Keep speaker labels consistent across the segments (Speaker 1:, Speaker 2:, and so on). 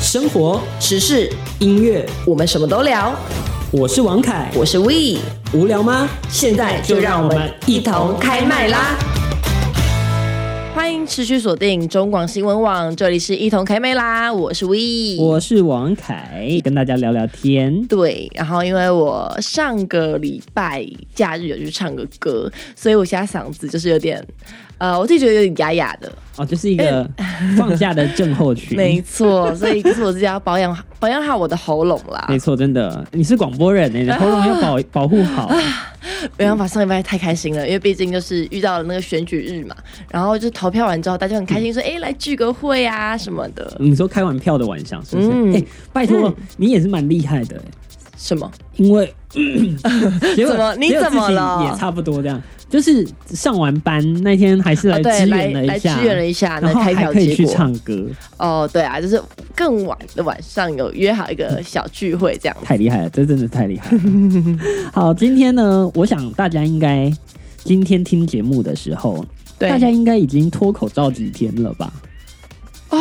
Speaker 1: 生活、
Speaker 2: 时事，
Speaker 1: 音乐，
Speaker 2: 我们什么都聊。
Speaker 1: 我是王凯。
Speaker 2: 我是 We，
Speaker 1: 无聊吗？
Speaker 2: 现在就让我们一同开麦啦！欢迎持续锁定中广新闻网，这里是一同开麦啦，我是 We，
Speaker 1: 我是王凯，跟大家聊聊天。
Speaker 2: 对，然后因为我上个礼拜假日有去唱个歌，所以我现在嗓子就是有点，呃，我自己觉得有点哑哑的，
Speaker 1: 哦，就是一个放假的症候群。
Speaker 2: 哎 没错，所以可是我自己要保养好保养好我的喉咙啦，
Speaker 1: 没错，真的，你是广播人呢， 你的喉咙要保保护好。
Speaker 2: 没办法，上礼拜太开心了，因为毕竟就是遇到了那个选举日嘛，然后就投票完之后，大家很开心说，哎、来聚个会啊什么的，
Speaker 1: 你说开完票的晚上是不是？哎、
Speaker 2: 嗯
Speaker 1: 拜托、你也是蛮厉害的，哎
Speaker 2: 什么？
Speaker 1: 因 为结果
Speaker 2: 怎么你
Speaker 1: 结果
Speaker 2: 怎么
Speaker 1: 自己
Speaker 2: 了
Speaker 1: 也差不多这样，就是上完班那天还是
Speaker 2: 哦
Speaker 1: 来
Speaker 2: 对，
Speaker 1: 支
Speaker 2: 来
Speaker 1: 援了
Speaker 2: 来
Speaker 1: 一
Speaker 2: 支
Speaker 1: 下，
Speaker 2: 援了一下，那
Speaker 1: 然后
Speaker 2: 开
Speaker 1: 还
Speaker 2: 票
Speaker 1: 可以
Speaker 2: 结
Speaker 1: 去
Speaker 2: 果。
Speaker 1: 唱歌，
Speaker 2: 哦，对啊，就是更晚的晚上有约好一个小聚会这样子。
Speaker 1: 太厉害了，这真的太厉害 了。好，今天呢，我想大家应该今天听节目的时候，
Speaker 2: 对，
Speaker 1: 大家应该已经脱口罩几天了吧？
Speaker 2: 哦，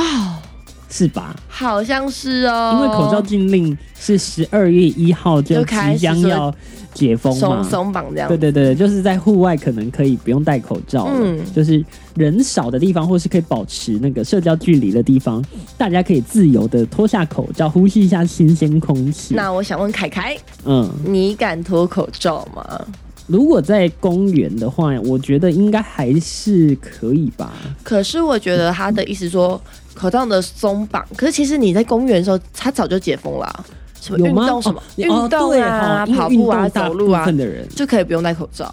Speaker 1: 是吧？
Speaker 2: 好像是哦，
Speaker 1: 因为口罩禁令是十二月一号就
Speaker 2: 就开
Speaker 1: 即
Speaker 2: 始
Speaker 1: 将要解封嘛
Speaker 2: 松，松绑这样
Speaker 1: 对。对对，就是在户外可能可以不用戴口罩了，
Speaker 2: 嗯
Speaker 1: 就是人少的地方，或是可以保持那个社交距离的地方，大家可以自由的脱下口罩，呼吸一下新鲜空气。
Speaker 2: 那我想问凯凯，
Speaker 1: 嗯，
Speaker 2: 你敢脱口罩吗？
Speaker 1: 如果在公园的话，我觉得应该还是可以吧。
Speaker 2: 可是我觉得他的意思说口罩的松绑，可是其实你在公园的时候，它早就解封了啊、什么
Speaker 1: 有
Speaker 2: 运
Speaker 1: 吗？
Speaker 2: 动什么
Speaker 1: 哦
Speaker 2: 运
Speaker 1: 哦
Speaker 2: 动
Speaker 1: 对
Speaker 2: 啊、
Speaker 1: 哦因为
Speaker 2: 跑步啊、
Speaker 1: 运动大
Speaker 2: 走路啊
Speaker 1: 部分，的人
Speaker 2: 就可以不用戴口罩。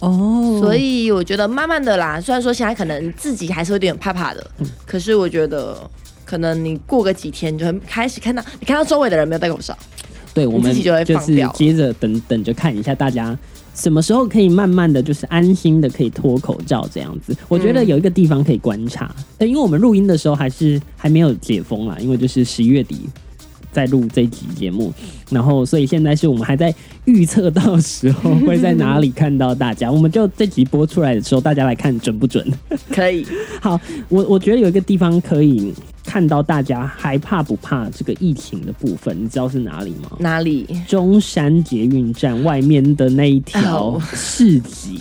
Speaker 1: 哦，
Speaker 2: 所以我觉得慢慢的啦，虽然说现在可能自己还是有点怕怕的，
Speaker 1: 嗯
Speaker 2: 可是我觉得可能你过个几天，你就会开始看到你看到周围的人没有戴口罩，
Speaker 1: 对我们
Speaker 2: 自己就会
Speaker 1: 就
Speaker 2: 放
Speaker 1: 是
Speaker 2: 掉
Speaker 1: 接着等等着看一下大家什么时候可以慢慢的就是安心的可以脱口罩这样子。我觉
Speaker 2: 嗯
Speaker 1: 得有一个地方可以观察，呃因为我们录音的时候还是还没有解封啊啦，因为就是十一月底。在录这一集节目，然后所以现在是我们还在预测到时候会在哪里看到大 家，我们就这集播出来的时候，大家来看准不准。
Speaker 2: 可以，
Speaker 1: 好，我我觉得有一个地方可以看到大家还怕不怕这个疫情的部分，你知道是哪里吗？
Speaker 2: 哪里？
Speaker 1: 中山捷运站外面的那一条
Speaker 2: 哦
Speaker 1: 市集、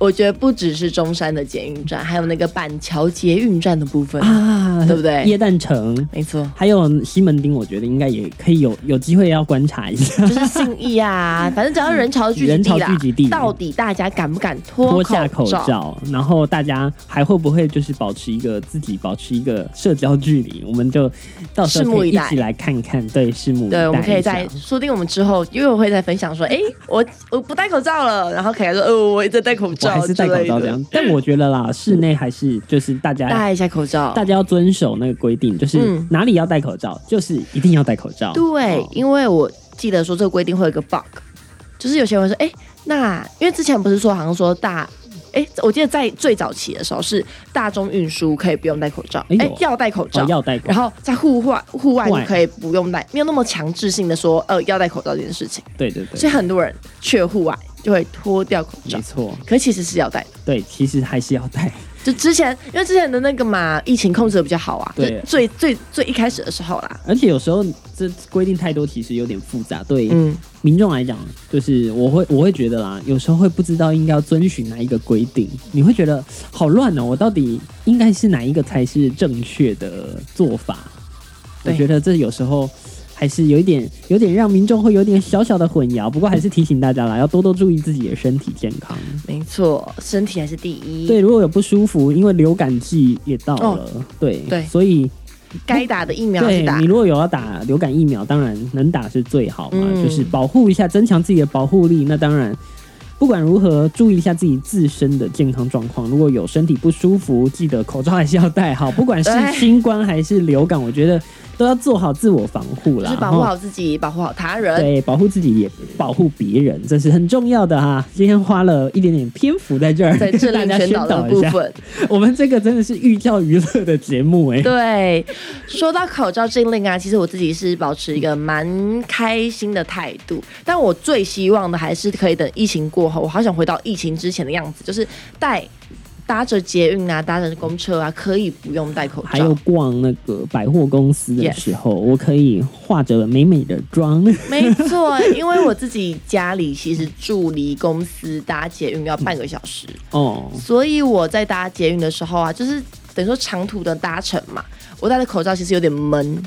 Speaker 2: 我觉得不只是中山的捷运站，还有那个板桥捷运站的部分，
Speaker 1: 啊，
Speaker 2: 对不对
Speaker 1: 耶诞城。
Speaker 2: 没错，
Speaker 1: 还有西门町，我觉得应该也可以有有机会要观察一下
Speaker 2: 就是信义 啊，反正只要人潮聚集
Speaker 1: 人
Speaker 2: 地
Speaker 1: 潮
Speaker 2: 啦，
Speaker 1: 聚集地
Speaker 2: 到底大家敢不敢脱
Speaker 1: 脱下口
Speaker 2: 罩？
Speaker 1: 罩，然后大家还会不会就是保持一个自己保持一个社交距离？我们就到时
Speaker 2: 拭
Speaker 1: 候
Speaker 2: 目
Speaker 1: 可以
Speaker 2: 以
Speaker 1: 一
Speaker 2: 待
Speaker 1: 起来看看，对，拭目以待一
Speaker 2: 对，
Speaker 1: 下。
Speaker 2: 我们可以在说不定我们之后，因为我会在分享说，哎、我我不戴口罩了，然后凯凯说，哦，我一直戴口
Speaker 1: 我
Speaker 2: 罩，
Speaker 1: 还是戴口罩这，样。但我觉得啦，室内还是就是大家
Speaker 2: 戴一下口罩
Speaker 1: 大。家要遵守那个规定，就是
Speaker 2: 嗯
Speaker 1: 哪里要戴口罩，就是一定要戴口罩。
Speaker 2: 对
Speaker 1: 哦，
Speaker 2: 因为我记得说这个规定会有一个 bug，就是有些人会说，哎、那因为之前不是说好像说大，哎、我记得在最早期的时候是大众运输可以不用戴口罩，
Speaker 1: 哎
Speaker 2: 哎、
Speaker 1: 有
Speaker 2: 要戴口罩。
Speaker 1: 哦要戴口
Speaker 2: 然
Speaker 1: 罩。
Speaker 2: 后在户外，户外
Speaker 1: 户
Speaker 2: 就
Speaker 1: 外
Speaker 2: 可以不用戴，没有那么强制性的说，呃，要戴口罩这件事情，
Speaker 1: 对对对
Speaker 2: 所，以很多人去户外就会脱掉口罩
Speaker 1: 没，错，
Speaker 2: 可其实是要戴的。
Speaker 1: 对，其实还是要戴。
Speaker 2: 就之前，因为之前的那个嘛，疫情控制的比较好啊，
Speaker 1: 对
Speaker 2: 就最最最一开始的时候啦，
Speaker 1: 而且有时候这规定太多，其实有点复杂。对
Speaker 2: 嗯，
Speaker 1: 民众来讲，就是我会我会觉得啦，有时候会不知道应该要遵循哪一个规定，你会觉得好乱哦、我到底应该是哪一个才是正确的做法？我
Speaker 2: 对
Speaker 1: 觉得这有时候还是有一点有点让民众会有点小小的混淆。不过还是提醒大家啦，要多多注意自己的身体健康。
Speaker 2: 没错，身体还是第一，
Speaker 1: 对，，如果有不舒服，因为流感季也到了，对
Speaker 2: 哦对
Speaker 1: 所以
Speaker 2: 该打的疫苗还
Speaker 1: 对
Speaker 2: 是打
Speaker 1: 你，如果有要打流感疫苗，当然能打是最好嘛，
Speaker 2: 嗯
Speaker 1: 就是保护一下，增强自己的保护力。那当然，不管如何，注意一下自己自身的健康状况。如果有身体不舒服，记得口罩还是要戴好，不管是
Speaker 2: 对
Speaker 1: 新冠还是流感，我觉得都要做好自我防护
Speaker 2: 就
Speaker 1: 啦。
Speaker 2: 是保护
Speaker 1: 吼
Speaker 2: 好自己，保护好他人。
Speaker 1: 对，保护自己也保护别人，这是很重要的哈。今天花了一点点篇幅在这儿，
Speaker 2: 在
Speaker 1: 跟
Speaker 2: 政
Speaker 1: 大
Speaker 2: 令
Speaker 1: 家
Speaker 2: 宣
Speaker 1: 宣
Speaker 2: 导的
Speaker 1: 导
Speaker 2: 部
Speaker 1: 一下。
Speaker 2: 分，
Speaker 1: 我们这个真的是寓教于乐的节目哎、
Speaker 2: 对，说到口罩禁令啊，其实我自己是保持一个蛮开心的态度，但我最希望的还是可以等疫情过后，我好想回到疫情之前的样子，就是戴搭着捷运啊，搭着公车啊，可以不用戴口罩。
Speaker 1: 还有逛那个百货公司的
Speaker 2: Yes
Speaker 1: 时候我可以化着美美的 妆。
Speaker 2: 没错，因为我自己家里其实住离公司搭捷运要半个小时，
Speaker 1: 哦，
Speaker 2: 所以我在搭捷运的时候啊，就是等于说长途的搭乘嘛，我戴的口罩其实有点闷，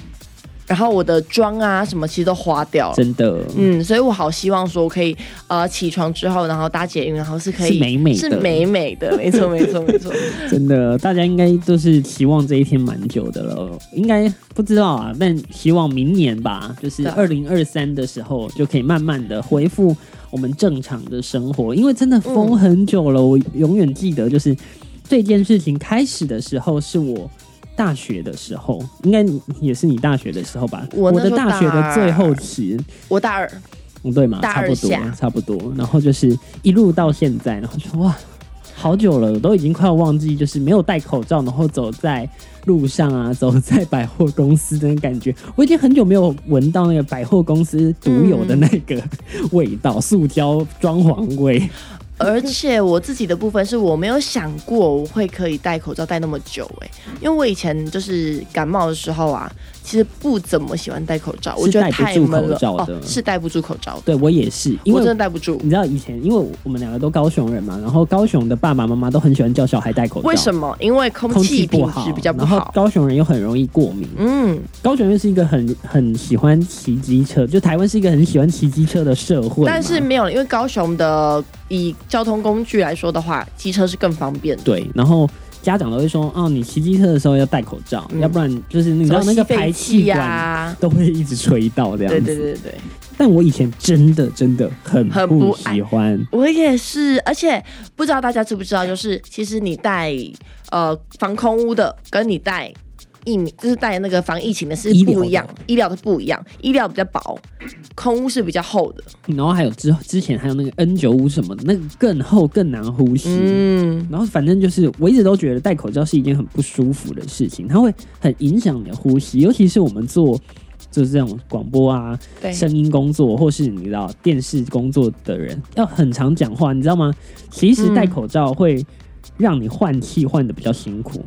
Speaker 2: 然后我的妆啊什么其实都花掉了。
Speaker 1: 真的，
Speaker 2: 嗯，所以我好希望说，我可以呃起床之后，然后搭捷运，然后是可以
Speaker 1: 是美美的
Speaker 2: 是美美的，没 错，没错，没错。
Speaker 1: 真的，大家应该都是期望这一天蛮久的了，应该不知道啊，但希望明年吧，就是
Speaker 2: 对
Speaker 1: 二零二三的时候就可以慢慢的恢复我们正常的生活，因为真的封很久了，
Speaker 2: 嗯
Speaker 1: 我永远记得就是这件事情开始的时候是我。大学的时候，应该你也是你大学的时候吧？
Speaker 2: 我那
Speaker 1: 的
Speaker 2: 时候
Speaker 1: 大学
Speaker 2: 大
Speaker 1: 的
Speaker 2: 二
Speaker 1: 最后期，
Speaker 2: 我大二，
Speaker 1: 嗯，对嘛，
Speaker 2: 大
Speaker 1: 差
Speaker 2: 二
Speaker 1: 不多
Speaker 2: 下，
Speaker 1: 差不多。然后就是一路到现在，然后就哇，好久了，都已经快要忘记，就是没有戴口罩，然后走在路上啊， 走在百货公司的感觉。我已经很久没有闻到那个百货公司独有
Speaker 2: 嗯
Speaker 1: 的那个味道，塑胶装潢味。
Speaker 2: 而且我自己的部分是我没有想过我会可以戴口罩戴那么久哎、因为我以前就是感冒的时候啊，其实不怎么喜欢戴口罩，我
Speaker 1: 是
Speaker 2: 觉得
Speaker 1: 戴不
Speaker 2: 太
Speaker 1: 住
Speaker 2: 闷
Speaker 1: 口
Speaker 2: 了
Speaker 1: 罩的
Speaker 2: 哦，是戴不住口罩的，
Speaker 1: 对我也是，因
Speaker 2: 我真
Speaker 1: 为
Speaker 2: 的戴不住
Speaker 1: 你。知道以前，因为我们两个都高雄人嘛，然后高雄的爸爸妈妈都很喜欢叫小孩戴口罩，
Speaker 2: 为什么？因为空
Speaker 1: 空
Speaker 2: 气
Speaker 1: 气
Speaker 2: 品
Speaker 1: 不好
Speaker 2: 质，比较不
Speaker 1: 然后
Speaker 2: 好。
Speaker 1: 高雄人又很容易过敏。
Speaker 2: 嗯，
Speaker 1: 高雄又是一个很很喜欢骑机车，就台湾是一个很喜欢骑机车的社会嘛，
Speaker 2: 但是没有，因为高雄的以交通工具来说的话，机车是更方便的。
Speaker 1: 对，然后家长都会说，哦，你骑机车的时候要戴口罩，
Speaker 2: 嗯
Speaker 1: 要不然就是你知道
Speaker 2: 什么
Speaker 1: 那个
Speaker 2: 吸肺
Speaker 1: 排
Speaker 2: 气
Speaker 1: 气管、
Speaker 2: 呀，
Speaker 1: 都会一直吹到这样
Speaker 2: 对
Speaker 1: 子。
Speaker 2: 对对对。
Speaker 1: 但我以前真的真的很
Speaker 2: 很
Speaker 1: 不
Speaker 2: 不爱
Speaker 1: 喜欢，
Speaker 2: 我也是，而且不知道大家知不知道，就是其实你戴呃防空屋的，跟你戴疫苗，就是戴那个防疫情的是
Speaker 1: 医疗的
Speaker 2: 不一样，医疗的不一样，医疗比较薄，空屋是比较厚的。
Speaker 1: 然后还有之之前还有那个 N 九五什么的，那个更厚更难呼吸。
Speaker 2: 嗯，
Speaker 1: 然后反正就是，我一直都觉得戴口罩是一件很不舒服的事情，它会很影响你的呼吸，尤其是我们做就是这种广播啊、
Speaker 2: 对，
Speaker 1: 声音工作，或是你知道电视工作的人，要很常讲话，你知道吗？其实戴口罩会让你换气换的比较辛苦，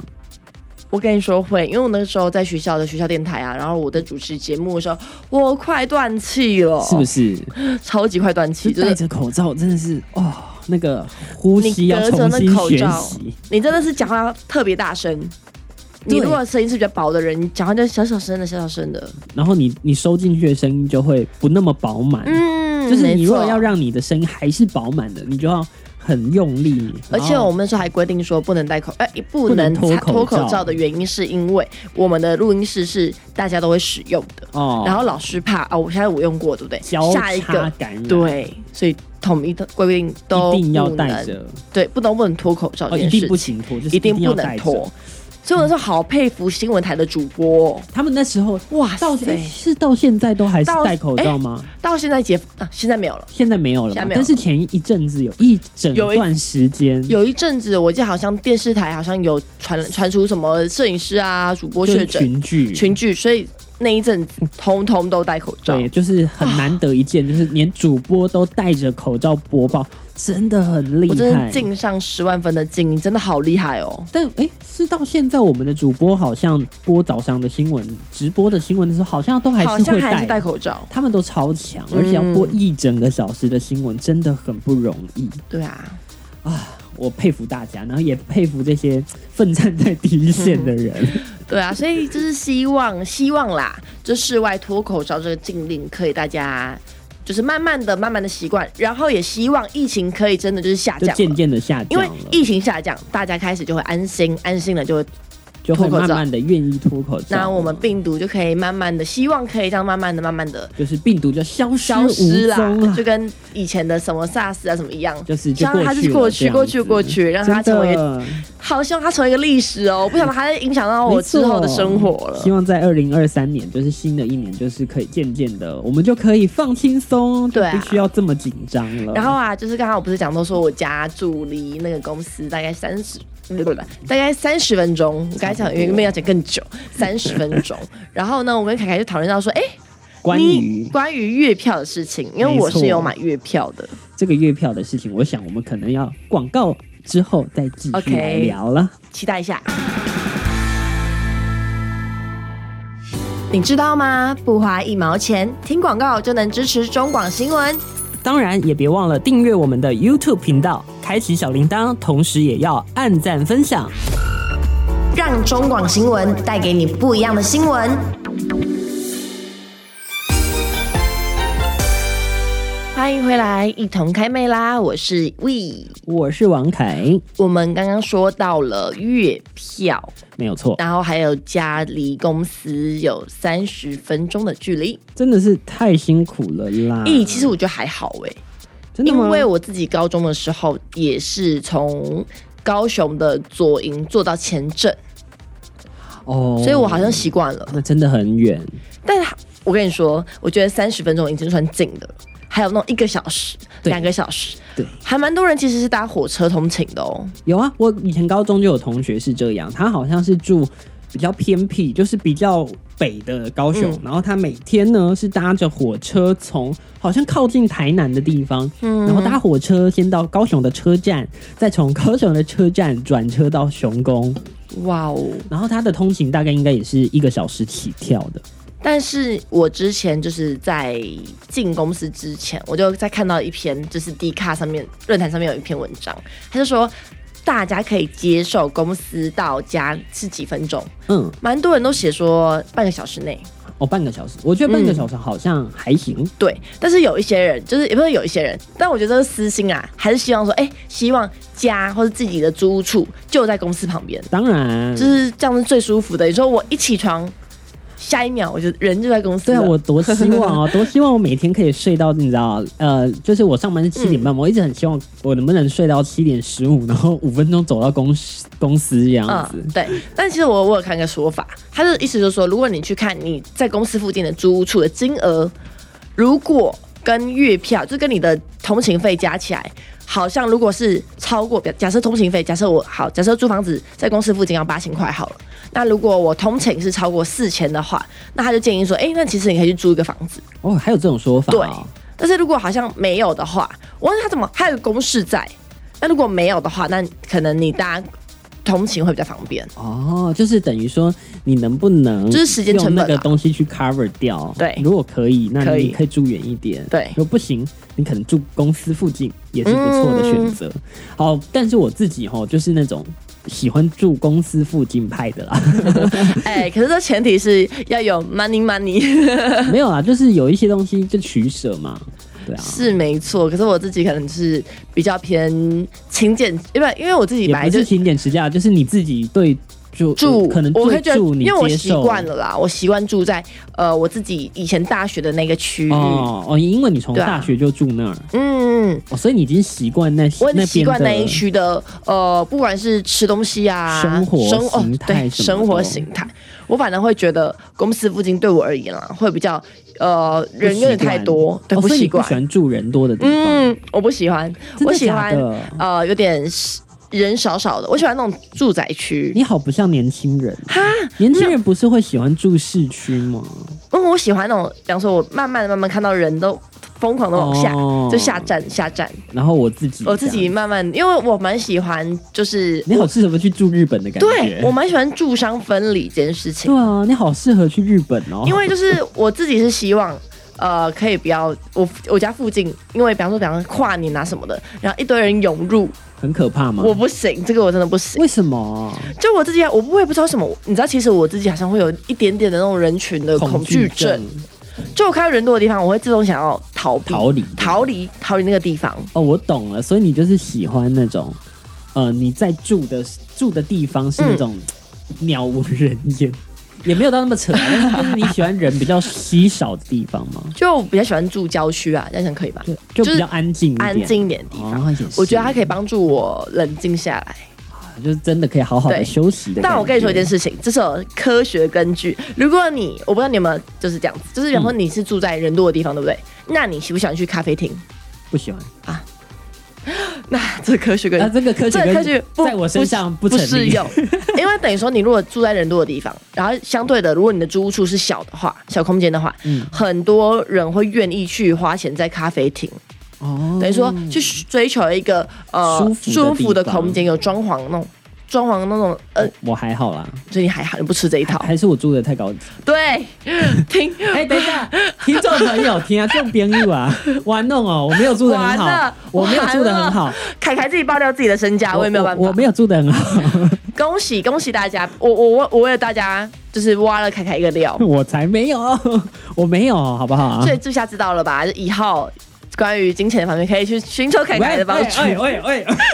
Speaker 2: 我跟你说会，因为我那个时候在学校的学校电台啊，然后我在主持节目的时候，我快断气了，
Speaker 1: 是不是？
Speaker 2: 超级快断气，
Speaker 1: 就
Speaker 2: 就
Speaker 1: 戴
Speaker 2: 是
Speaker 1: 着口罩真的是哦，那个呼吸要重
Speaker 2: 你隔着
Speaker 1: 新
Speaker 2: 那口
Speaker 1: 学
Speaker 2: 罩
Speaker 1: 习。
Speaker 2: 你真的是讲话特别大声。你
Speaker 1: 对
Speaker 2: 如果声音是比较薄的人，你讲话就小小声的、小小声的。
Speaker 1: 然后你你收进去的声音就会不那么饱满，
Speaker 2: 嗯，
Speaker 1: 就是你如果
Speaker 2: 没错
Speaker 1: 要让你的声音还是饱满的，你就要很用力。
Speaker 2: 而且
Speaker 1: 然后
Speaker 2: 我们那时候还规定说不能戴口，哎、哦不
Speaker 1: 不能
Speaker 2: 能
Speaker 1: 脱
Speaker 2: 擦
Speaker 1: 口
Speaker 2: 脱口
Speaker 1: 罩
Speaker 2: 罩的原因是因为我们的录音室是大家都会使用的，
Speaker 1: 哦，
Speaker 2: 然后老师怕啊、我现在我用过，对不对？
Speaker 1: 交
Speaker 2: 下一
Speaker 1: 叉
Speaker 2: 个
Speaker 1: 感染，，
Speaker 2: 对，所以统一的规定都
Speaker 1: 一定要
Speaker 2: 不
Speaker 1: 戴
Speaker 2: 能
Speaker 1: 着，
Speaker 2: 对，不能不能脱口罩
Speaker 1: 哦，
Speaker 2: 这
Speaker 1: 一定
Speaker 2: 件事情，
Speaker 1: 不行脱，就是
Speaker 2: 一定
Speaker 1: 要
Speaker 2: 不能
Speaker 1: 戴着
Speaker 2: 脱。。所以我那时候好佩服新闻台的主播哦、
Speaker 1: 他们那时候
Speaker 2: 哇
Speaker 1: 到
Speaker 2: 塞
Speaker 1: 诶是到现在都还是
Speaker 2: 到
Speaker 1: 戴口罩吗？
Speaker 2: 到现在解啊，现在没有了。
Speaker 1: 现在没有了
Speaker 2: 现
Speaker 1: 吧
Speaker 2: 在，没有
Speaker 1: 但是前一阵子有一整
Speaker 2: 有一
Speaker 1: 段时间，
Speaker 2: 有一阵子，我记得好像电视台好像有传传出什么摄影师啊、主播
Speaker 1: 就是
Speaker 2: 确诊，
Speaker 1: 群聚，
Speaker 2: 群聚，所以那一阵子通通都戴口罩
Speaker 1: 对，。就是很难得一见，就是连主播都戴着口罩播报，真的很厉
Speaker 2: 我真
Speaker 1: 害
Speaker 2: 的。敬上十万分的敬，真的好厉害哦！
Speaker 1: 但哎，是到现在我们的主播好像播早上的新闻、直播的新闻的时候，好像都还
Speaker 2: 好
Speaker 1: 是
Speaker 2: 像
Speaker 1: 会
Speaker 2: 还
Speaker 1: 带
Speaker 2: 是戴口罩。
Speaker 1: 他们都超强，
Speaker 2: 嗯
Speaker 1: 而且要播一整个小时的新闻，真的很不容易。
Speaker 2: 对啊，
Speaker 1: 我佩服大家，然后也佩服这些奋战在第一线的人。
Speaker 2: 对啊，所以就是希望，希望啦，就室外脱口罩这个禁令可以大家。就是慢慢的、慢慢的习惯，然后也希望疫情可以真的就是下
Speaker 1: 就
Speaker 2: 降了
Speaker 1: 渐渐的下
Speaker 2: 因
Speaker 1: 降
Speaker 2: 为
Speaker 1: 了，
Speaker 2: 疫情下降，大家开始就会安心，安心了就会，
Speaker 1: 就会慢慢的愿意脱口罩了。
Speaker 2: 那我们病毒就可以慢慢的，希望可以这样慢慢的、慢慢的
Speaker 1: 就是病毒就消失
Speaker 2: 消失
Speaker 1: 无
Speaker 2: 啦
Speaker 1: 踪，了
Speaker 2: 就。跟以前的什么 SARS 啊什么一样，
Speaker 1: 就是就
Speaker 2: 希望它是
Speaker 1: 过
Speaker 2: 过
Speaker 1: 去
Speaker 2: 去、
Speaker 1: 了
Speaker 2: 过去、过，去，
Speaker 1: 这
Speaker 2: 让它
Speaker 1: 样子
Speaker 2: 成为一
Speaker 1: 真
Speaker 2: 个
Speaker 1: 的
Speaker 2: 好希望它成为一个历史哦，我不想它影响到我
Speaker 1: 没错
Speaker 2: 之后的生活了
Speaker 1: 希。望在二零二三年，就是新的一年，就是可以渐渐的，我们就可以放轻松，就
Speaker 2: 对啊
Speaker 1: 不需要这么紧张了。
Speaker 2: 然后啊，就是刚刚我不是讲到说我家住离那个公司大概三十。不不不，大概三十分钟。我刚才讲原本要讲更久， 三十分钟。然后呢，我跟凯凯就讨论到说，哎、
Speaker 1: 关
Speaker 2: 你
Speaker 1: 于
Speaker 2: 关于月票的事情，因为
Speaker 1: 没
Speaker 2: 我
Speaker 1: 错
Speaker 2: 是有买月票的，
Speaker 1: 这个月票的事情，我想我们可能要广告之后再继续
Speaker 2: OK
Speaker 1: 来聊了。
Speaker 2: 期待一下。你知道吗？不花一毛钱，听广告就能支持中广新闻。
Speaker 1: 当然也别忘了订阅我们的 YouTube 频道，开启小铃铛，同时也要按赞分享。
Speaker 2: 让中广新闻带给你不一样的新闻。欢迎回来，一同开麦啦！我是 We。
Speaker 1: 我是王凯，
Speaker 2: 我们刚刚说到了月票，
Speaker 1: 没有错，
Speaker 2: 然后还有家离公司有三十分钟的距离。
Speaker 1: 真的是太辛苦了啦。
Speaker 2: 咦、其实我觉得还好欸诶、
Speaker 1: 真的
Speaker 2: 因
Speaker 1: 吗？
Speaker 2: 为我自己高中的时候也是从高雄的左营坐到前镇，
Speaker 1: 哦，
Speaker 2: 所以我好像习惯了。
Speaker 1: 那真的很远，
Speaker 2: 但是我跟你说，我觉得三十分钟已经算近的了，还有那种一个小时、
Speaker 1: 对
Speaker 2: 两个小时，
Speaker 1: 对，
Speaker 2: 还蛮多人其实是搭火车通勤的哦。
Speaker 1: 有啊，我以前高中就有同学是这样，他好像是住比较偏僻，就是比较北的高雄，
Speaker 2: 嗯
Speaker 1: 然后他每天呢是搭着火车从好像靠近台南的地方，然后搭火车先到高雄的车站，再从高雄的车站转车到雄宫，
Speaker 2: 哇哦！
Speaker 1: 然后他的通勤大概应该也是一个小时起跳的。
Speaker 2: 但是我之前就是在进公司之前，我就在看到一篇就是 D 卡上面论坛上面有一篇文章，他就说大家可以接受公司到家是几分钟，
Speaker 1: 嗯，
Speaker 2: 蛮多人都写说半个小时内。
Speaker 1: 哦，半个小时，我觉得半个小时好像还行。
Speaker 2: 对，但是有一些人，就是也不是有一些人，但我觉得这是私心啊，还是希望说，哎、希望家或者自己的租屋处就在公司旁边，
Speaker 1: 当然，
Speaker 2: 就是这样是最舒服的。你说我一起床，下一秒我就人就在公司
Speaker 1: 对
Speaker 2: 了。
Speaker 1: 啊，我多希望 哦，多希望我每天可以睡到，你知道，呃，就是我上班是七点半，
Speaker 2: 嗯
Speaker 1: 我一直很希望我能不能睡到七点十五，然后五分钟走到公司公司这样子。
Speaker 2: 嗯，对。但其实我我有看一个说法，他的意思就是说，如果你去看你在公司附近的租屋处的金额，如果跟月票，就跟你的通勤费加起来，好像如果是超过，假设通勤费，假设我好，假设租房子在公司附近要八千块好了，那如果我通勤是超过四千的话，那他就建议说，哎、那其实你可以去租一个房子。
Speaker 1: 哦，还有这种说法、哦，
Speaker 2: 但是如果好像没有的话，我问他怎么还有个公式在，那如果没有的话，那可能你搭通勤会比较方便。
Speaker 1: 哦，就是等于说你能不能
Speaker 2: 就是时间成本
Speaker 1: 用
Speaker 2: 啦
Speaker 1: 那个东西去 cover 掉？
Speaker 2: 对
Speaker 1: 如果可以，那
Speaker 2: 可以
Speaker 1: 你可以住远一点。
Speaker 2: 对
Speaker 1: 如果不行，你可能住公司附近也是不错的选择。
Speaker 2: 嗯
Speaker 1: 好，但是我自己吼、就是那种喜欢住公司附近派的啦。
Speaker 2: 哎、可是这前提是要有 money money，
Speaker 1: 没有啦，就是有一些东西就取舍嘛，对啊，
Speaker 2: 是没错。可是我自己可能是比较偏勤俭，因为因为我自己
Speaker 1: 也
Speaker 2: 本来
Speaker 1: 不
Speaker 2: 就是
Speaker 1: 勤俭持家，就是你自己对住
Speaker 2: 住，
Speaker 1: 可能
Speaker 2: 我
Speaker 1: 对
Speaker 2: 会觉得，
Speaker 1: 住你
Speaker 2: 因为我
Speaker 1: 接
Speaker 2: 习
Speaker 1: 受
Speaker 2: 惯了啦，我习惯住在呃我自己以前大学的那个区域。
Speaker 1: 哦哦，因为你从
Speaker 2: 对啊
Speaker 1: 大学就住那儿，
Speaker 2: 嗯，
Speaker 1: 哦，所以你已经习惯那
Speaker 2: 我很
Speaker 1: 那
Speaker 2: 习
Speaker 1: 边
Speaker 2: 惯
Speaker 1: 的
Speaker 2: 那一区的，呃，不管是吃东西啊，
Speaker 1: 生活
Speaker 2: 生哦
Speaker 1: 形态
Speaker 2: 对，
Speaker 1: 什么
Speaker 2: 生活
Speaker 1: 的
Speaker 2: 形态，我反而会觉得公司附近对我而言啦，会比较呃
Speaker 1: 不
Speaker 2: 人有点
Speaker 1: 习惯
Speaker 2: 太多，对，
Speaker 1: 哦
Speaker 2: 不
Speaker 1: 所以
Speaker 2: 习
Speaker 1: 你不
Speaker 2: 惯
Speaker 1: 喜。欢住人多的地方，
Speaker 2: 嗯，我不喜欢，
Speaker 1: 真
Speaker 2: 我
Speaker 1: 的
Speaker 2: 喜
Speaker 1: 假
Speaker 2: 欢
Speaker 1: 的？
Speaker 2: 呃，有点是人少少的，我喜欢那种住宅区。
Speaker 1: 你好，不像年轻人，
Speaker 2: 哈，
Speaker 1: 年轻人不是会喜欢住市区吗？
Speaker 2: 嗯，我喜欢那种，比方说，我慢慢的、慢慢看到人都疯狂的往下，
Speaker 1: 哦
Speaker 2: 就下站、下站。
Speaker 1: 然后我自己，
Speaker 2: 我自己，慢慢，因为我蛮喜欢，就是
Speaker 1: 你好，适合去住日本的感觉，
Speaker 2: 对我蛮喜欢住商分离这件事情
Speaker 1: 对，啊，你好适合去日本哦，
Speaker 2: 因为就是我自己是希望。呃，可以不要我我家附近，因为比方说，比方说跨年啊什么的，然后一堆人涌入，
Speaker 1: 很可怕吗？
Speaker 2: 我不行，这个我真的不行。
Speaker 1: 为什么？
Speaker 2: 就我自己啊，我不会不知道为什么，你知道，其实我自己好像会有一点点的那种人群的呃恐惧症。就我看到人多的地方，我会自动想要逃避、
Speaker 1: 逃离
Speaker 2: 逃离、逃离那个地方。
Speaker 1: 哦，我懂了，所以你就是喜欢那种，呃，你在住的住的地方是
Speaker 2: 嗯
Speaker 1: 那种鸟无人烟，也没有到那么扯，啊但是就是你喜欢人比较稀少的地方吗？
Speaker 2: 就我比较喜欢住郊区啊，这样想可以吗？
Speaker 1: 对，就比
Speaker 2: 是
Speaker 1: 较安静一点，
Speaker 2: 安静一点的地方，
Speaker 1: 哦，也是啊
Speaker 2: 我觉得它可以帮助我冷静下来。
Speaker 1: 就是真的可以好好的
Speaker 2: 对
Speaker 1: 休息的。
Speaker 2: 但我跟你说一件，事情，这是有科学根据。如果你，我不知道你有没有就是这样子，就是比方说你是住在人多的地方，对不对？那你喜不喜欢去咖啡厅？
Speaker 1: 不喜欢
Speaker 2: 那这是科学根
Speaker 1: 啊，
Speaker 2: 据，
Speaker 1: 这个科学
Speaker 2: 这科学不
Speaker 1: 在我身上
Speaker 2: 不
Speaker 1: 不成
Speaker 2: 适
Speaker 1: 立
Speaker 2: 用，因为等于说你如果住在人多的地方，然后相对的，如果你的租屋处是小的话，小空间的话，
Speaker 1: 嗯
Speaker 2: 很多人会愿意去花钱在咖啡厅。
Speaker 1: 哦
Speaker 2: 等于说去追求一个呃
Speaker 1: 舒服的地方
Speaker 2: 舒服的空间，有装潢那种装潢那种呃，
Speaker 1: 我还好啦，
Speaker 2: 最近还好，你不吃这一套。
Speaker 1: 还是我住的太高级。
Speaker 2: 对， 听
Speaker 1: 哎、等一下，听众朋友，听啊，这种编译 啊，玩弄哦，我没有住的很
Speaker 2: 完
Speaker 1: 好
Speaker 2: 了，
Speaker 1: 我没有住的很好，
Speaker 2: 凯凯自己爆料自己的身家，我也没有办法。
Speaker 1: 我我没有住的很好，
Speaker 2: 恭喜恭喜大家，我我我我为了大家就是挖了凯凯一个料，
Speaker 1: 我才没有，我没有，好不好、啊
Speaker 2: 所？以这下知道了吧？就以后关于金钱的方面可以去寻求凯凯的帮助。
Speaker 1: 喂喂喂，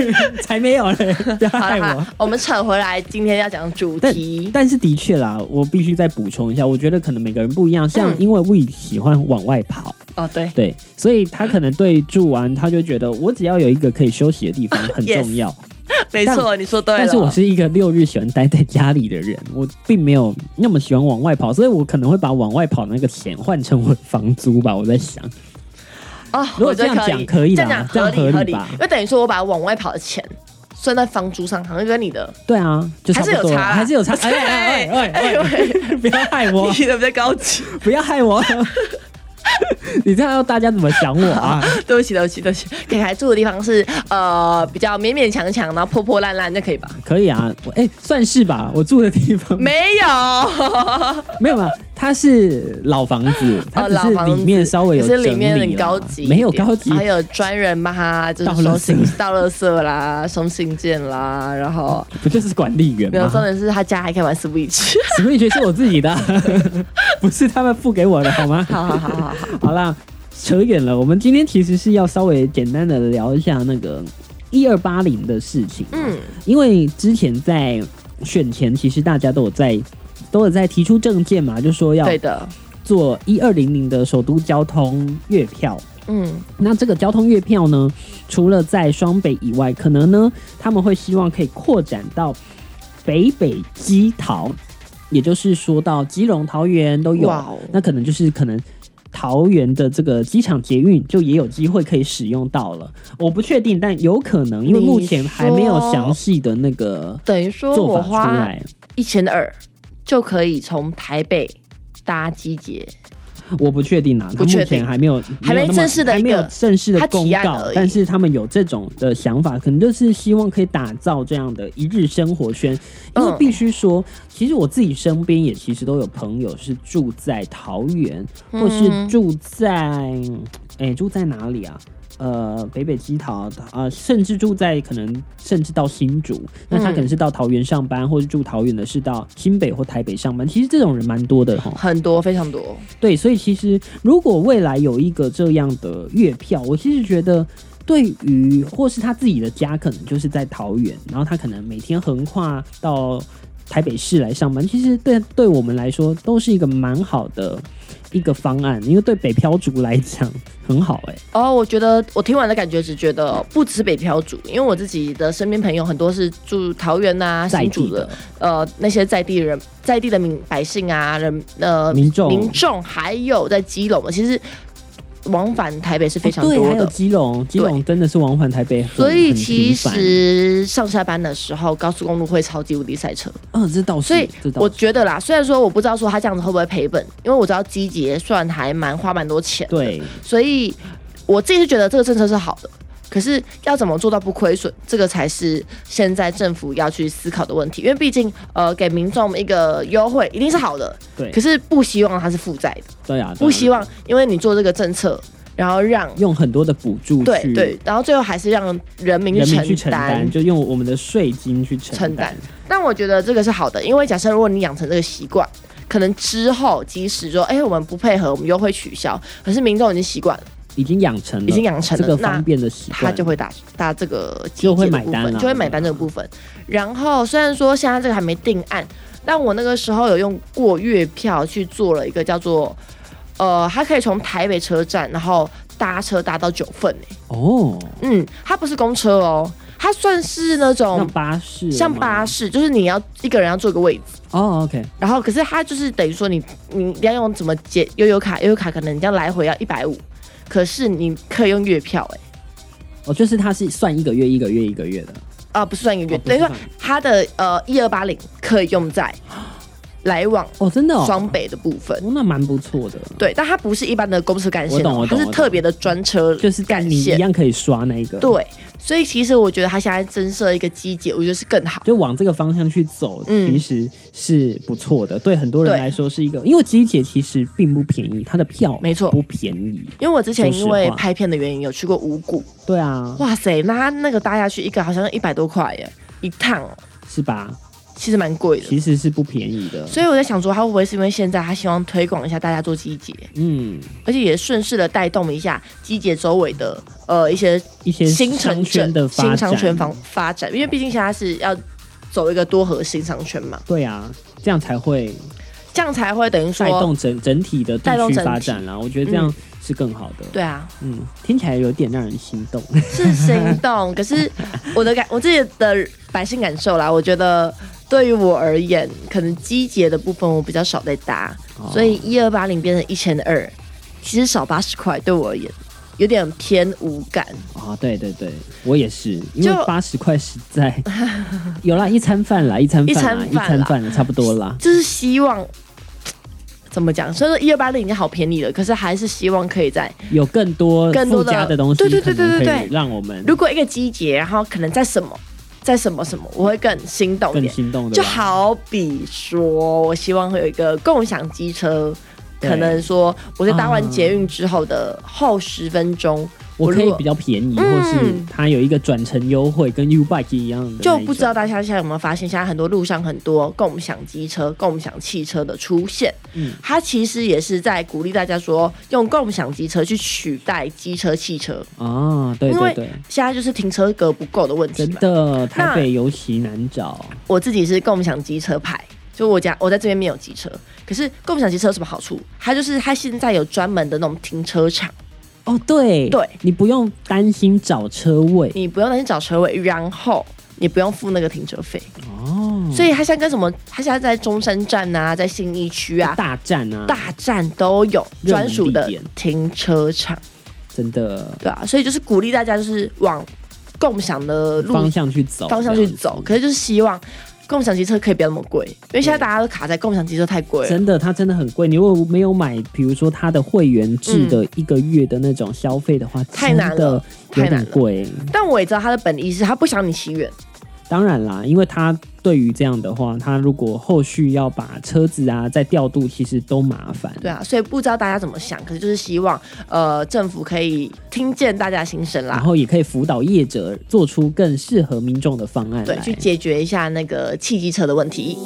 Speaker 1: 喂 才没有 嘞！不要
Speaker 2: 好
Speaker 1: 害
Speaker 2: 了
Speaker 1: 我
Speaker 2: 好了。，我们扯回来，今天要讲主
Speaker 1: 但
Speaker 2: 题。
Speaker 1: 但是的确啦，我必须再补充一下，我觉得可能每个人不一样，像
Speaker 2: 嗯
Speaker 1: 因为 We 喜欢往外跑，
Speaker 2: 哦，对，
Speaker 1: 对，所以他可能对住完他就觉得我只要有一个可以休息的地方 很
Speaker 2: Yes
Speaker 1: 重要。
Speaker 2: 没错，你说对了。
Speaker 1: 但是我是一个六日喜欢待在家里的人，我并没有那么喜欢往外跑，所以我可能会把往外跑那个钱换成我的房租吧。我在想，
Speaker 2: 哦，
Speaker 1: 如果
Speaker 2: 我觉得
Speaker 1: 这样讲可以
Speaker 2: 这
Speaker 1: 啦
Speaker 2: 样讲
Speaker 1: 这
Speaker 2: 合
Speaker 1: 样
Speaker 2: 理
Speaker 1: 合理
Speaker 2: 合理
Speaker 1: 吧，
Speaker 2: 因为等于说我把往外跑的钱算在房租上，好像跟你的
Speaker 1: 对啊，就差
Speaker 2: 还是
Speaker 1: 不
Speaker 2: 有
Speaker 1: 多
Speaker 2: 差
Speaker 1: 了，
Speaker 2: 啦，
Speaker 1: 还是有差。哎哎哎哎哎，
Speaker 2: 哎，
Speaker 1: 不要害我，
Speaker 2: 你的比较高级，
Speaker 1: 不要害我，你这样要大家怎么想我啊？
Speaker 2: 对不起对不起对不起，凯凯住的地方是呃比较勉勉强强，然后破破烂烂就可以吧？
Speaker 1: 可以啊，我哎、算是吧。我住的地方
Speaker 2: 没有，
Speaker 1: 没有吧？它是老房子，它只
Speaker 2: 呃老
Speaker 1: 是
Speaker 2: 房
Speaker 1: 里
Speaker 2: 子
Speaker 1: 面稍微有
Speaker 2: 可
Speaker 1: 整
Speaker 2: 是
Speaker 1: 理
Speaker 2: 里面很
Speaker 1: 啦
Speaker 2: 高级一点，
Speaker 1: 没有高级，
Speaker 2: 还有专人帮他就是
Speaker 1: 倒垃
Speaker 2: 收
Speaker 1: 圾
Speaker 2: 信倒垃圾啦， 送信件啦，然后
Speaker 1: 不就是管理员
Speaker 2: 没有
Speaker 1: 哦吗？
Speaker 2: 重点是他家还可以玩 Switch，
Speaker 1: Switch 是我自己的， 不是他们付给我的， 好吗？
Speaker 2: 好好好好好，
Speaker 1: 好啦，扯远了。我们今天其实是要稍微简单的聊一下那个一二八零的事情。
Speaker 2: 嗯，
Speaker 1: 因为之前在选前，其实大家都有在都有在提出证件嘛，就说要
Speaker 2: 对的，
Speaker 1: 做一二零零的首都交通月票。
Speaker 2: 嗯。
Speaker 1: 那这个交通月票呢，除了在双北以外，可能呢他们会希望可以扩展到北北基桃，也就是说到基隆、桃园都有。
Speaker 2: 哇哦
Speaker 1: 那可能就是可能。桃园的这个机场捷运就也有机会可以使用到了，我不确定，但有可能，因为目前还没有详细的那个
Speaker 2: 等于说
Speaker 1: 做
Speaker 2: 我
Speaker 1: 法出
Speaker 2: 花
Speaker 1: 来。
Speaker 2: 一千二就可以从台北搭机捷，
Speaker 1: 我不确定啊，他
Speaker 2: 不
Speaker 1: 目
Speaker 2: 确定
Speaker 1: 前还没有，没
Speaker 2: 还没
Speaker 1: 有那么
Speaker 2: 正式的
Speaker 1: 还
Speaker 2: 一个
Speaker 1: 没有正式的
Speaker 2: 他
Speaker 1: 公
Speaker 2: 提案
Speaker 1: 告
Speaker 2: 而，已
Speaker 1: 但是他们有这种的想法，可能就是希望可以打造这样的一日生活圈。因为
Speaker 2: 嗯
Speaker 1: 必须说，其实我自己身边也其实都有朋友是住在桃园，或是
Speaker 2: 嗯
Speaker 1: 住在哎、住在哪里啊？呃，北北基桃啊、呃甚至住在可能甚至到新竹，那他
Speaker 2: 嗯
Speaker 1: 可能是到桃园上班，或是住桃园的是到新北或台北上班。其实这种人蛮多的哈。
Speaker 2: 很多非常多。
Speaker 1: 对，所以其实如果未来有一个这样的月票，我其实觉得。对于或是他自己的家，可能就是在桃园，然后他可能每天横跨到台北市来上班，其实对对我们来说都是一个蛮好的一个方案，因为对北漂族来讲很好哎、
Speaker 2: 哦，我觉得我听完的感觉只觉得不止北漂族，因为我自己的身边朋友很多是住桃园呐、
Speaker 1: 在
Speaker 2: 新
Speaker 1: 地
Speaker 2: 竹
Speaker 1: 的
Speaker 2: 的，呃，那些在地人、在地的民百姓啊、人呃
Speaker 1: 民众
Speaker 2: 民众，还有在基隆的，其实往返台北是非常
Speaker 1: 哦对，
Speaker 2: 多
Speaker 1: 还有
Speaker 2: 的。
Speaker 1: 基隆，基隆真的是往返台北很
Speaker 2: 所以
Speaker 1: 很
Speaker 2: 其
Speaker 1: 频繁
Speaker 2: 实上下班的时候，高速公路会超级无敌塞车。
Speaker 1: 嗯，这倒是，
Speaker 2: 所以
Speaker 1: 这倒
Speaker 2: 我
Speaker 1: 是
Speaker 2: 觉得啦，虽然说我不知道说他这样子会不会赔本，因为我知道机捷算还蛮花蛮多钱，
Speaker 1: 对
Speaker 2: 所以我自己是觉得这个政策是好的。可是要怎么做到不亏损，这个才是现在政府要去思考的问题。因为毕竟，呃，给民众一个优惠一定是好的，
Speaker 1: 对
Speaker 2: 可是不希望它是负债的，
Speaker 1: 对啊，
Speaker 2: 不希
Speaker 1: 望
Speaker 2: 望因为你做这个政策，然后让
Speaker 1: 用很多的补助
Speaker 2: 对
Speaker 1: 嗯去
Speaker 2: 对，然后最后还是让人民
Speaker 1: 人民
Speaker 2: 去
Speaker 1: 去承
Speaker 2: 承担
Speaker 1: 担，就用我们的税金去承
Speaker 2: 承担。但我觉得这个是好的，因为假设如果你养成这个习惯，可能之后即使说，哎、我们不配合，我们优惠取消，可是民众已经习惯了，
Speaker 1: 已经养成了，
Speaker 2: 已经养成
Speaker 1: 嗯
Speaker 2: 了
Speaker 1: 这个
Speaker 2: 那
Speaker 1: 方便的习惯，
Speaker 2: 他就会打打这个季
Speaker 1: 就会
Speaker 2: 节的
Speaker 1: 买
Speaker 2: 部
Speaker 1: 单
Speaker 2: 分
Speaker 1: 了
Speaker 2: 就会买单这个部分。然后虽然说现在这个还没定案，但我那个时候有用过月票去做了一个叫做，呃，它可以从台北车站，然后搭车搭到九份、欸，
Speaker 1: 哦，
Speaker 2: 嗯，它不是公车哦，它算是那种
Speaker 1: 像巴士了吗，
Speaker 2: 哦像巴士，就是你要一个人要坐一个位置。
Speaker 1: 哦，OK，
Speaker 2: 然后可是它就是等于说你你要用怎么解悠悠卡，悠悠卡可能你要来回要一百五，可是你可以用月票哎、
Speaker 1: 哦，就是它是算一个月一个月一个月的，
Speaker 2: 呃啊、不是算一个月，
Speaker 1: 哦不
Speaker 2: 等
Speaker 1: 是
Speaker 2: 于说
Speaker 1: 算
Speaker 2: 它的呃一二八零可以用在来往
Speaker 1: 哦，真的哦，
Speaker 2: 双北的部分。
Speaker 1: 哦那蛮不错的，
Speaker 2: 对，但它不是一般的公车干线
Speaker 1: 我懂我
Speaker 2: 哦，它
Speaker 1: 懂
Speaker 2: 是
Speaker 1: 我懂
Speaker 2: 特别的专车
Speaker 1: 就是但
Speaker 2: 干
Speaker 1: 你一
Speaker 2: 线。
Speaker 1: 样可以刷那个，，
Speaker 2: 对，所以其实我觉得它现在增设一个机姐，我觉得是更好。
Speaker 1: 就往这个方向去走，
Speaker 2: 嗯
Speaker 1: 其实是不错的。对很多人
Speaker 2: 对
Speaker 1: 来说是一个，因为机姐其实并不便宜，它的票
Speaker 2: 没错
Speaker 1: 不便宜。
Speaker 2: 因为我之前
Speaker 1: 说实
Speaker 2: 因为
Speaker 1: 话
Speaker 2: 拍片的原因有去过五谷，
Speaker 1: 对啊，
Speaker 2: 哇塞，那它那个搭下去一个好像一百多块耶，一趟哦
Speaker 1: 是吧？
Speaker 2: 其实蛮贵的。
Speaker 1: 其实是不便宜的。
Speaker 2: 所以我在想说，他会不会是因为现在他希望推广一下大家做机姐，
Speaker 1: 嗯，
Speaker 2: 而且也顺势的带动一下机姐周围的呃一些
Speaker 1: 一些
Speaker 2: 新城
Speaker 1: 商圈
Speaker 2: 镇
Speaker 1: 的发
Speaker 2: 新
Speaker 1: 展，
Speaker 2: 商圈方发展，因为毕竟现在是要走一个多核新商圈嘛，
Speaker 1: 对啊，这样才会
Speaker 2: 这样才会等于
Speaker 1: 带
Speaker 2: 说，
Speaker 1: 动整整体的
Speaker 2: 带
Speaker 1: 地
Speaker 2: 动
Speaker 1: 区
Speaker 2: 整
Speaker 1: 发
Speaker 2: 体
Speaker 1: 展啦。我觉得这样是更好的。
Speaker 2: 对啊，
Speaker 1: 嗯，听起来有点让人心 动。
Speaker 2: 是行 动。可是我的感，我自己的百姓感受啦，我觉得对于我而言，可能机捷的部分我比较少在搭，
Speaker 1: 哦
Speaker 2: 所以一二八零变成一千二，其实少八十块对我而言有点偏无感。
Speaker 1: 啊、对对对，我也是，因
Speaker 2: 就
Speaker 1: 为八十块实在 有啦，一餐饭啦，一餐饭啦，
Speaker 2: 一餐
Speaker 1: 一
Speaker 2: 饭啦
Speaker 1: 餐饭啦差不多啦。
Speaker 2: 就是希望怎么讲？虽然说一二八零已经好便宜了，可是还是希望可以在
Speaker 1: 有更多
Speaker 2: 更多
Speaker 1: 附
Speaker 2: 的
Speaker 1: 加的东西，
Speaker 2: 对对对对对
Speaker 1: 可能可以
Speaker 2: 对
Speaker 1: 让我们
Speaker 2: 如果一个季节，然后可能在什么，在什么什么，我会更心动一
Speaker 1: 更
Speaker 2: 点。
Speaker 1: 心动的
Speaker 2: 就好比说，我希望会有一个共享机车，
Speaker 1: 对
Speaker 2: 可能说我在搭完
Speaker 1: 啊
Speaker 2: 捷运之后的后十分钟，
Speaker 1: 哦我可
Speaker 2: 如
Speaker 1: 以
Speaker 2: 果
Speaker 1: 比较便宜，
Speaker 2: 嗯
Speaker 1: 或是它有一个转乘优惠，跟 U Bike 一样的那一
Speaker 2: 就
Speaker 1: 种，
Speaker 2: 不知道大家现在有没有发现，现在很多路上很多共享机车、共享汽车的出现，
Speaker 1: 嗯
Speaker 2: 它其实也是在鼓励大家说，用共享机车去取代机车、汽车，
Speaker 1: 啊，对
Speaker 2: 因为
Speaker 1: 对对，
Speaker 2: 现在就是停车格不够的问题
Speaker 1: 真
Speaker 2: 嘛。
Speaker 1: 的台北尤其难找，
Speaker 2: 我自己是共享机车派，就我家我在这边没有机车，可是共享机车有什么好处？它就是它现在有专门的那种停车场，
Speaker 1: 哦，对
Speaker 2: 对，
Speaker 1: 你不用担心找车位
Speaker 2: 你不用担心找车位，然后你不用付那个停车费，
Speaker 1: 哦，
Speaker 2: 所以它现在跟什么？它现在在中山站啊，在信义区啊。
Speaker 1: 大战啊，
Speaker 2: 大站都有
Speaker 1: 热门
Speaker 2: 专属的
Speaker 1: 地点
Speaker 2: 停车场，
Speaker 1: 真的
Speaker 2: 对啊，所以就是鼓励大家就是往共享的路
Speaker 1: 方向去走，
Speaker 2: 方向
Speaker 1: 这
Speaker 2: 去
Speaker 1: 样子
Speaker 2: 走。可是就是希望共享机车可以不要那么贵，因为现在大家都卡在共享机车太贵了。
Speaker 1: 真的，它真的很贵。你如果没有买，比如说它的会员制的一个月的那种消费的话，
Speaker 2: 太难了
Speaker 1: 真的有
Speaker 2: 太
Speaker 1: 点
Speaker 2: 难了
Speaker 1: 贵。
Speaker 2: 但我也知道他的本意是他不想你骑远，
Speaker 1: 当然啦，因为它对于这样的话，它如果后续要把车子啊再调度，其实都麻烦。
Speaker 2: 对啊，所以不知道大家怎么想，可是就是希望呃政府可以听见大家心声
Speaker 1: 然
Speaker 2: 啦，
Speaker 1: 后也可以辅导业者做出更适合民众的方案
Speaker 2: 对，
Speaker 1: 嗯来
Speaker 2: 去解决一下那个汽机车的问题。